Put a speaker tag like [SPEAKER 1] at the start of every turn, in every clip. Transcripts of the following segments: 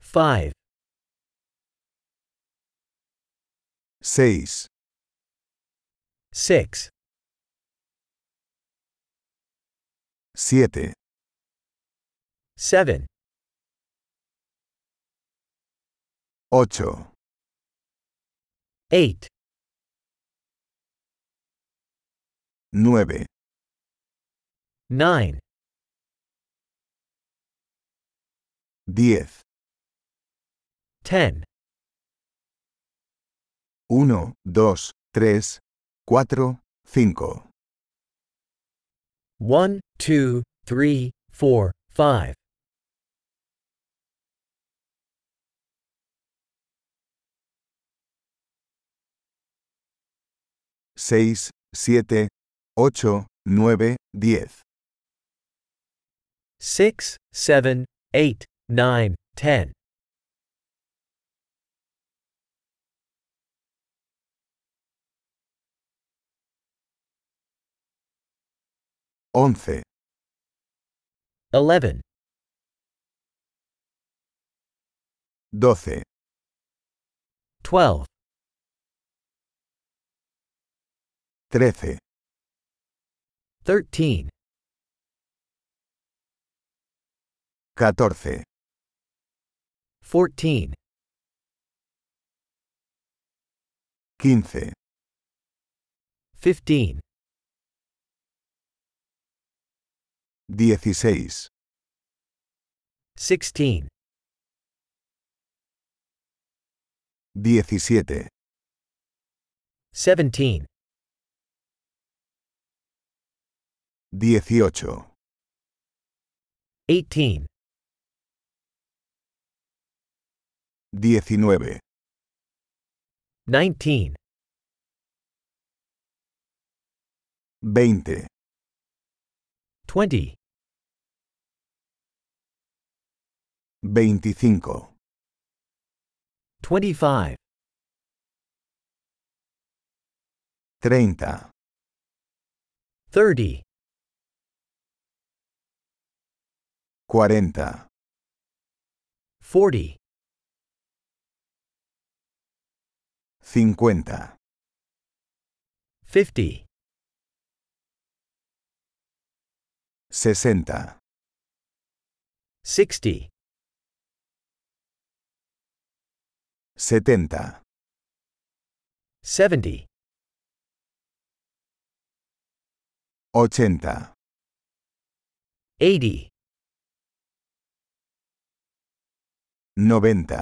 [SPEAKER 1] 5,
[SPEAKER 2] 6,
[SPEAKER 1] 6,
[SPEAKER 2] 7,
[SPEAKER 1] 7,
[SPEAKER 2] 8,
[SPEAKER 1] 8,
[SPEAKER 2] 9,
[SPEAKER 1] 9,
[SPEAKER 2] 10,
[SPEAKER 1] 10,
[SPEAKER 2] 1, 2, 3, 4, 5,
[SPEAKER 1] 1, 2, 3, 4, 5,
[SPEAKER 2] 6, 7, 8, 9, 10,
[SPEAKER 1] 6, 7, 8, 9, 10,
[SPEAKER 2] 11,
[SPEAKER 1] 11,
[SPEAKER 2] 12,
[SPEAKER 1] 12,
[SPEAKER 2] 13,
[SPEAKER 1] 13,
[SPEAKER 2] 14,
[SPEAKER 1] 14,
[SPEAKER 2] 15,
[SPEAKER 1] 15,
[SPEAKER 2] 16,
[SPEAKER 1] 16,
[SPEAKER 2] 17,
[SPEAKER 1] 17,
[SPEAKER 2] 18,
[SPEAKER 1] 18,
[SPEAKER 2] 19,
[SPEAKER 1] 19,
[SPEAKER 2] 20,
[SPEAKER 1] 20,
[SPEAKER 2] 25,
[SPEAKER 1] 25,
[SPEAKER 2] 30,
[SPEAKER 1] 30,
[SPEAKER 2] 40,
[SPEAKER 1] 40,
[SPEAKER 2] 50,
[SPEAKER 1] 50,
[SPEAKER 2] 60,
[SPEAKER 1] 60,
[SPEAKER 2] 70,
[SPEAKER 1] 70,
[SPEAKER 2] 80,
[SPEAKER 1] 80,
[SPEAKER 2] 90,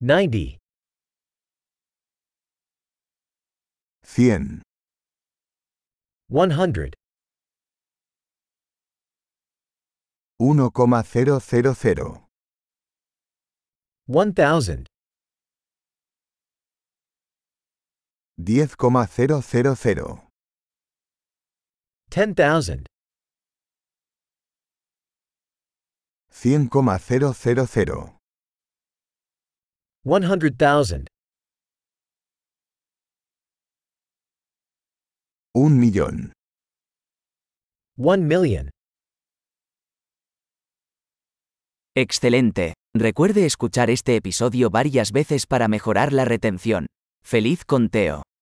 [SPEAKER 1] 90,
[SPEAKER 2] 100,
[SPEAKER 1] 100,
[SPEAKER 2] 1,000,
[SPEAKER 1] 1000,
[SPEAKER 2] 10,000,
[SPEAKER 1] 10,000,
[SPEAKER 2] 100,000,
[SPEAKER 1] 100,000,
[SPEAKER 2] 1 millón,
[SPEAKER 1] 1 million.
[SPEAKER 3] Excelente. Recuerde escuchar este episodio varias veces para mejorar la retención. ¡Feliz conteo!